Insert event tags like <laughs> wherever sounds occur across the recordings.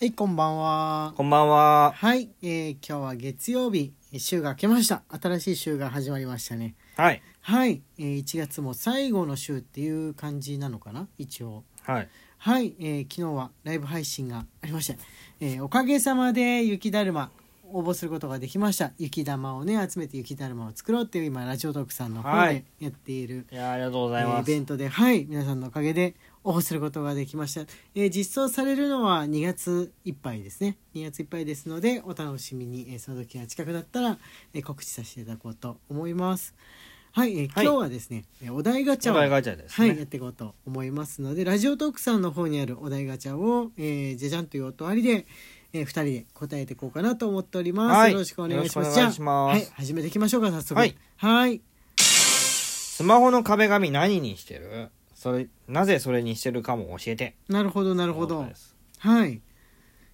はい、こんばんは。こんばんは。はい、えー今日は月曜日、週が明けました。新しい週が始まりましたね。はい。はい、えー1月も最後の週っていう感じなのかな、一応。はい。はい、えー昨日はライブ配信がありました。えーおかげさまで雪だるま応募することができました。雪玉をね、集めて雪だるまを作ろうっていう今、ラジオトークさんの方はでいやっているいやありがとうございえーまイす。ベントではい皆さんのおかげで応募することができました、えー実装されるのは2月いっぱいですね2月いっぱいですのでお楽しみに、えーその時が近くなったら、えー告知させていただこうと思いますはい、えーはい今日はですね、えーお題ガチャおを題ガチャですはね。い、やっていこうと思いますのでラジオトークさんの方にあるお題ガチャを、えーじゃじゃんという音ありで、え2人で答えていこうかなと思っております、はいよろしくお願いしますよろしくお願いしまじすゃあはい、始めていきましょうか早速はいはいスマホの壁紙何にしてる？それなぜそれにしてるかも教えて。なるほどななるほど、はい。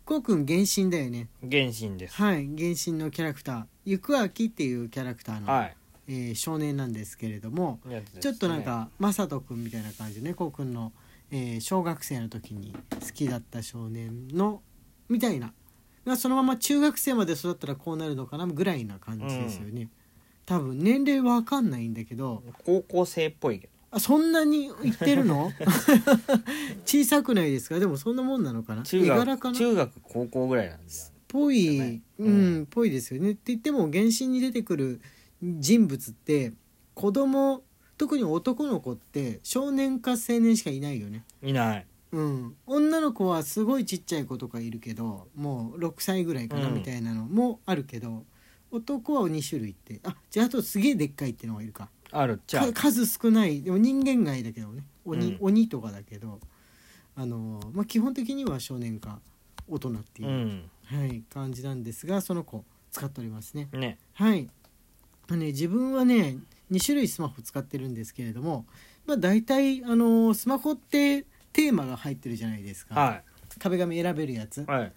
こうくん原神だよね。原神です。はい、原神のキャラクター、ゆくあきっていうキャラクターの、はい。えー少年なんですけれども、やつですねちょっとなんかまさとくんみたいな感じでね、こうくんの、えー小学生の時に好きだった少年のみたいな。がそのまま中学生まで育ったらこうなるのかなぐらいな感じですよね。多分年齢わかんないんだけど、高校生っぽいけあそんなに言ってるの？ <laughs> 小さくないですか？でもそんなもんなのかな？ど。中絵柄かな学中学高校ぐらいなんです。ぽい、よねううんんぽいですよねって言っても原神に出てくる人物って子供特に男の子って少年か青年しかいないよね。いない。うん、女の子はすごいちっちゃい子とかいるけどもう6歳ぐらいかなうんみたいなのもあるけど、男は2種類ってあじゃああとすげえでっかいってのがいるかあるじゃか数少ないでも人間外だけどね鬼,、うん鬼とかだけど、あのまあ、基本的には少年か大人っていうう、ん。はい、感じなんですがその子使っておりますねね。はい、まあね自分はね2種類スマホ使ってるんですけれども、まあ、大体、あのースマホってテーマが入ってるじゃないですか、は壁紙選べるやつ、い。はい。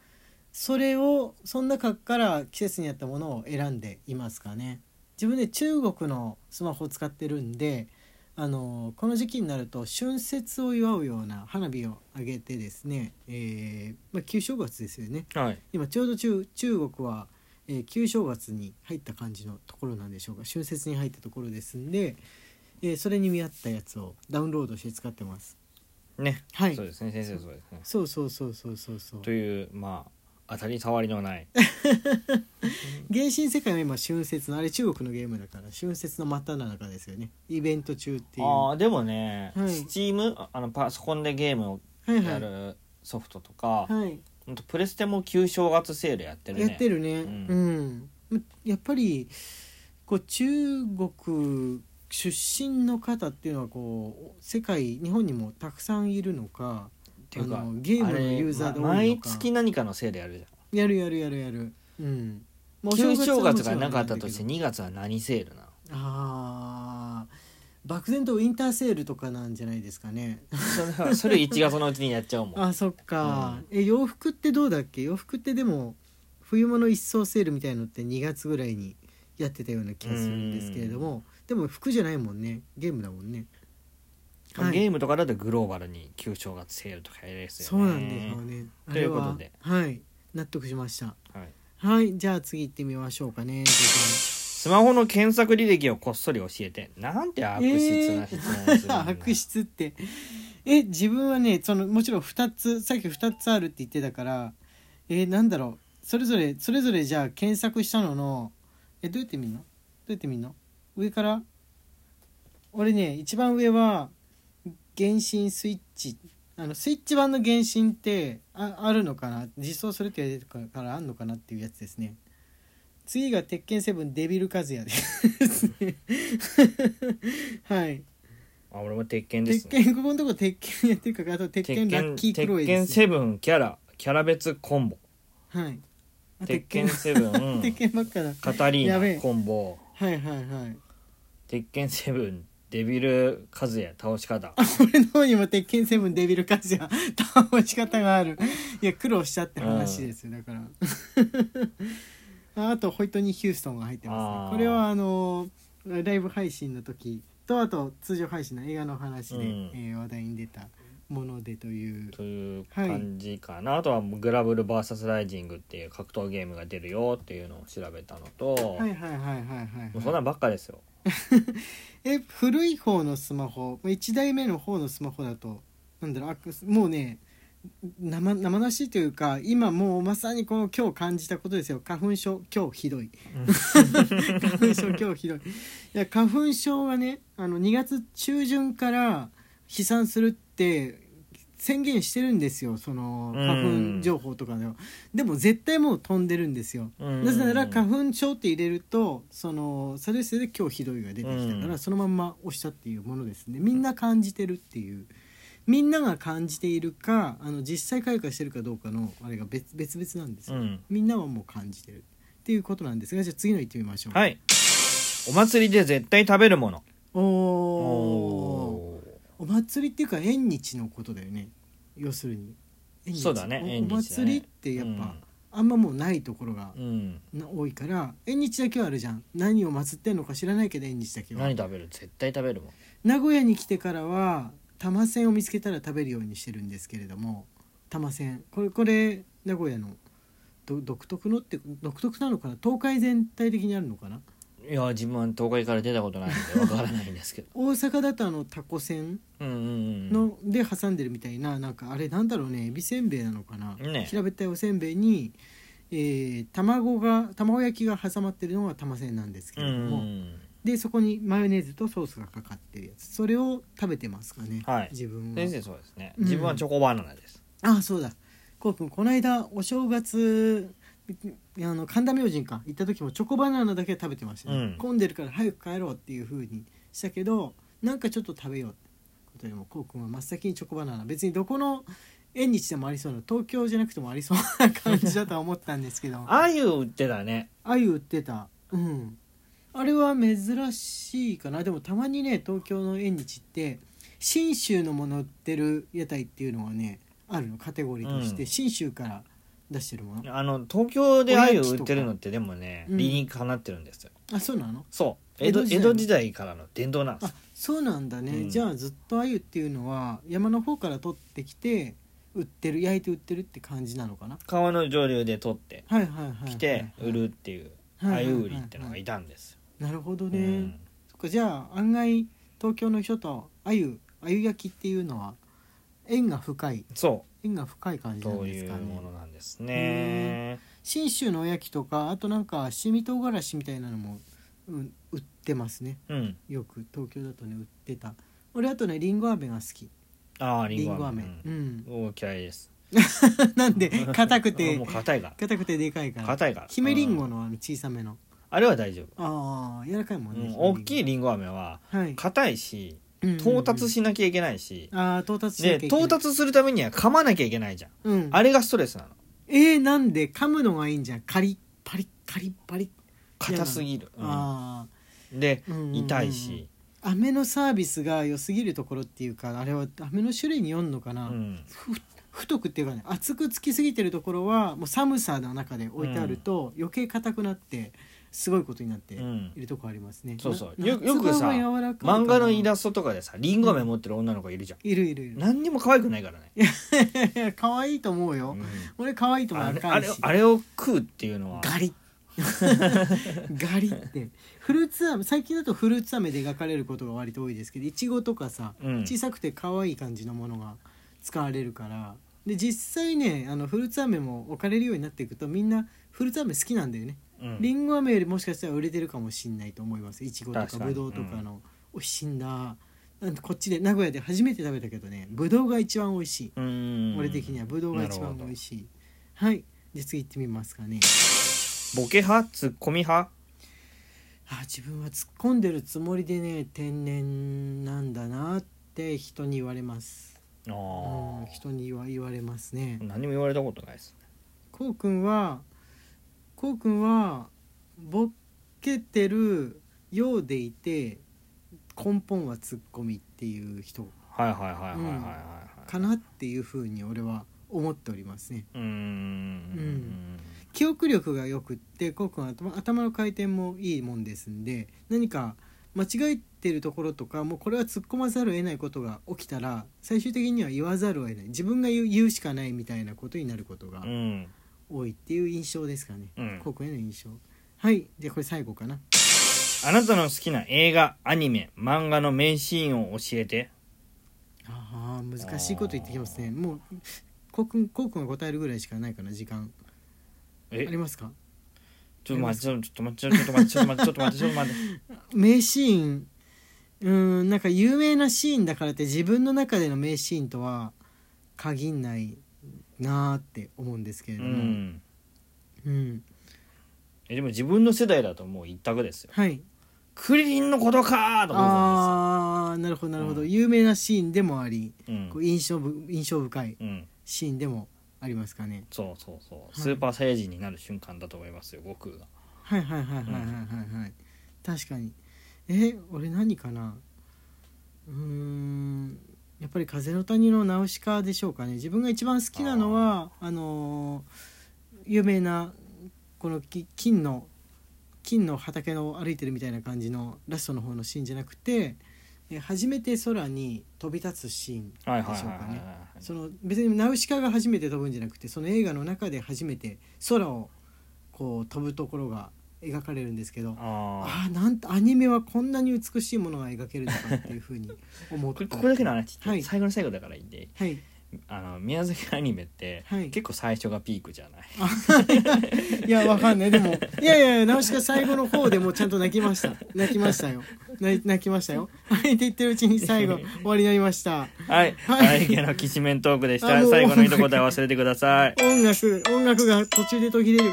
それをその中から季節に合ったものを選んでいますかね自分で中国のスマホを使ってるんであのこの時期になると春節を祝うような花火を上げてですね、えーまあ、旧正月ですよねはい。今ちょうど中中国は、えー旧正月に入った感じのところなんでしょうか春節に入ったところですんで、えーそれに見合ったやつをダウンロードして使ってますね。はいそうですね先生そうですね。そうそうそうそうそうそうというまあ当たり障りのない。原神世界は今春節のあれ中国のゲームだから春節の真っ只中ですよねイベント中っていうあはあでもね、はいスチームあのパソコンでゲームをいはやいるソフトとか、はいほんとプレステも旧正月セールやってるねやってるねう、うんやっぱりこう中国出身の方っていうのはこう世界日本にもたくさんいるのかっていうあかのゲームのユーザーで多いのかあれま毎月何かのセールやるじゃやるやるやるやるうんまあおん旧は正も月ちろがんなかったとんだけどして2月は何セールなのああ漠然とウィンターセールとかなんじゃないですか <laughs> ねそれはそれ1月のうちにやっちゃ <laughs> うもんあそっか、え洋服ってどうだっけ洋服ってでも冬物一掃セールみたいのって2月ぐらいにやってたような気がするんですけれどもでも服じゃないもんねゲームだもんねはいゲームとかだとグローバルに旧正月セールとかやりやすいそよねうなんですよねあれはというはい納得しましたはい、はいじゃあ次行ってみましょうかねスマホの検索履歴をこっそり教えてなんて悪質な質問をするん <laughs> だ、悪質ってえ自分はねそのもちろん2つさっき2つあるって言ってたからえー、なんだろうそれぞれそれぞれじゃあ検索したののえどうやって見んのどうやって見んの上から俺ね一番上は原神スイッチあのスイッチ版の原神ってああるのかな実装するって言われてからあんのかなっていうやつですね次が鉄拳セブンデビルカズヤですね <laughs> はいあ俺も鉄拳で鉄すね拳ここのとこ鉄拳やってるからあと鉄拳ラッキークロエ鉄で拳す、ね、セブンキャラキャラ別コンボはいあ鉄拳セブン <laughs> 鉄拳ばっかだカタリやべーえナコンボはいはいはい鉄拳セブンデビルカズヤ倒 <laughs> し方俺の方にも鉄拳セブンデビルカジャ倒し方があるいや苦労したって話ですよだから <laughs> ああとホイットニー・ヒューストンが入ってますあーねこれはあのーライブ配信の時とあと通常配信の映画の話で、うんえー話題に出たものでというという感じかな、あとはグラブル VS ライジングっていう格闘ゲームが出るよっていうのを調べたのと、はいはいはいはいもうはそんいなんばっかですよえ古い方のスマホ1代目の方のスマホだとなんだろうアクスもうね生生なしいというか今もうまさにこの今日感じたことですよ花粉症今日ひどい <laughs> 花粉症今日ひどいいや花粉症はねあの2月中旬から飛散するって宣言してるんですよその花粉情報とかではでも絶対もう飛んでるんですようんなぜなら花粉症って入れるとそのサルスで今日ひどいが出てきたかうんらそのまんま押したっていうものですねみんな感じてるっていうみんなが感じているかあの実際開花してるかどうかのあれが別別々なんですうよ、んみんなはもう感じてるっていうことなんですがじゃあ次の行ってみましょうはいお祭りで絶対食べるものおおおお祭りっていうか縁日のことだよね要するに縁ー日そうだねお縁日だねお祭りってやっぱ、あんまもうないところがうん、うんな多いから縁日だけはあるじゃん何を祀ってんのか知らないけど縁日だけは何食べる絶対食べるもん名古屋に来てからは玉せんを見つけたら食べるようにしてるんですけれども玉せんこれこれ名古屋のど独特のって独特なのかな東海全体的にあるのかないや自分は東海から出たことないのでわからないんで <laughs> すけど大阪だとあのタコせんうんうんうんので挟んでるみたいななんかあれなんだろうねエビせんべいなのかな、ね平べったいおせんべいに、えー卵が卵焼きが挟まってるのが玉せんなんですけうれども、んでそこにマヨネーズとソースがかかってるやつそれを食べてますかね、はい自分は先生そうですねうん自分はチョコバナナです、ああそうだこうくんこの間お正月いあの神田明神か行った時もチョコバナナだけ食べてましたね、うん混んでるから早く帰ろうっていう風にしたけどなんかちょっと食べようってことでもこうくんは真っ先にチョコバナナ別にどこの縁日でもありそうな東京じゃなくてもありそうな感じだとは思ったんですけ <laughs> どあゆ売ってたねあゆ売ってたうんあれは珍しいかなでもたまにね東京の縁日って信州のもの売ってる屋台っていうのがねあるのカテゴリーとして、うん信州から出してるものあの東京で鮎売ってるのってでもねうん理にかなってるんですよ、あそうなのそう江江戸戸江時代戸時代からの伝統なんですあそうなんだね、うんじゃあずっと鮎っていうのは山の方から取ってきて売ってる焼いて売ってるって感じなのかな川の上流で取ってはいはいはいはい、きて売るっていうはいはいはい鮎売りってのがいたんですよ、なるほどうね、ん、そっかじゃあ案外東京の人と鮎鮎焼きっていうのは縁が深いそ縁が深い感うじなそんうでいすうかねものなんですね信州のおやきとかあとなんかしみ唐辛子みたいなのも、うん、売ってますねうんよく東京だとね売ってた俺あとねりんご飴が好きあありん <laughs> りんごご飴飴う、うんお嫌いですなんで硬くてもう硬いから硬くてでかいから硬いから姫りんごのあの小さめの、あれは大丈ああ柔らかいも夫、んうね、ん、大きいいりんご飴ははい硬いしうんうんうん到達しなきゃいけないし、ああ到達しなきゃいでけない到、達するためには噛まなきゃいけないじゃんうん、あれがストレスなのえー、なんで噛むのがいいんじゃんカリッパリッカリッパリッ、硬すぎる、うんあであ、うんうんうんうん痛いし、飴のサービスが良すぎるところっていうかあれは飴の種類によんのかうな、ん、ふ太くっていうかね厚くつきすぎてるところはもう寒さの中で置いてあると、余計硬くなってすごいことになってういん、るとこありますね、そうそうなよよくさ夏場は柔らかいかな漫画のイラストとかでさリンゴ飴持ってる女の子いるじゃん、いるいるいる <laughs> 何にも可愛くないからね、可愛いと思うよ、俺可愛いと思うあれ赤いあれあれを食うっていうのはガリッ <laughs> ガリってフルーツ飴最近だとフルーツ飴で描かれることが割と多いですけどいちごとかさうん小さくて可愛い感じのものが使われるからで実際ねあのフルーツ飴も置かれるようになっていくとみんなフルーツ飴好きなんだよねうんりんご飴よりもしかしたら売れてるかもしんないと思いますいちごと確かかにぶどうとかの美味しいんだなんかこっちで名古屋で初めて食べたけどねぶどうが一番美味しいうん俺的にはぶどうが一番美味しいはいで次行ってみますかねボケ派ツッコミ派あ自分は突っ込んでるつもりでね天然なんだなって人に言われます、あうん、ー人には言われますね何も言われたことないですこうくんはこうくんはボケてるようでいて根本はツッコミっていう人はいはいはいはいはいはいはいかなっていうふうに俺は思っておりますねうーん記憶力がよくってこうくんは頭頭の回転もいいもんですんで何か間違えてるところとかもうこれは突っ込まざるを得ないことが起きたら最終的には言わざるを得ない自分が言う言うしかないみたいなことになることがうん多いっていう印象ですかね、うん高校への印象はいじゃあこれ最後かなあなたの好きな映画アニメ漫画の名シーンを教えてあー難しいこと言ってきますねもうこうくんこうくんが答えるぐらいしかないかな時間あえりますかちょっと待ってちょっと待ってちょっと待ってちょっと待ってちょっと待ってちょっと待ってちょっと待って名シーンうーんなんか有名なシーンだからって自分の中での名シーンとは限んないなーって思うんですけれ <laughs> うども、んうんえでも自分の世代だともう一択ですよはいクリリンのことかーと思あーなるほどなるほど、うん有名なシーンでもありうんですよこう印象ぶ印象深いうんうんシーンでもありますかねそうそうそうスーパーサイヤ人になる瞬間だと思いますよ悟空がはいはいはいはいはいはいはい確かにえ俺何かなうーんやっぱり「風の谷のナウシカ」でしょうかね自分が一番好きなのはあのー有名なこのき金の金の畑の歩いてるみたいな感じのラストの方のシーンじゃなくてえ初めて空に飛び立つシーンでしょうかね。はいはいはいはいはいその別にナウシカが初めて飛ぶんじゃなくてその映画の中で初めて空をこう飛ぶところが描かれるんですけどあああなんとアニメはこんなに美しいものが描けるのかっていうふうに思あっこれたここだけの話、はい最後の最後だからいいんではいあの宮崎アニメって、はい結構最初がピークじゃないいやわかんないで <laughs> もいやいやいやナウシカ最後の方でもうちゃんと泣きました泣きましたよ泣泣きましたよ <laughs> はいって言ってるうちに最後終わりになりましたはい、ははいい、のきしめんトークでしあたもう最後の一言は忘れてください音楽音楽が途中で途切れる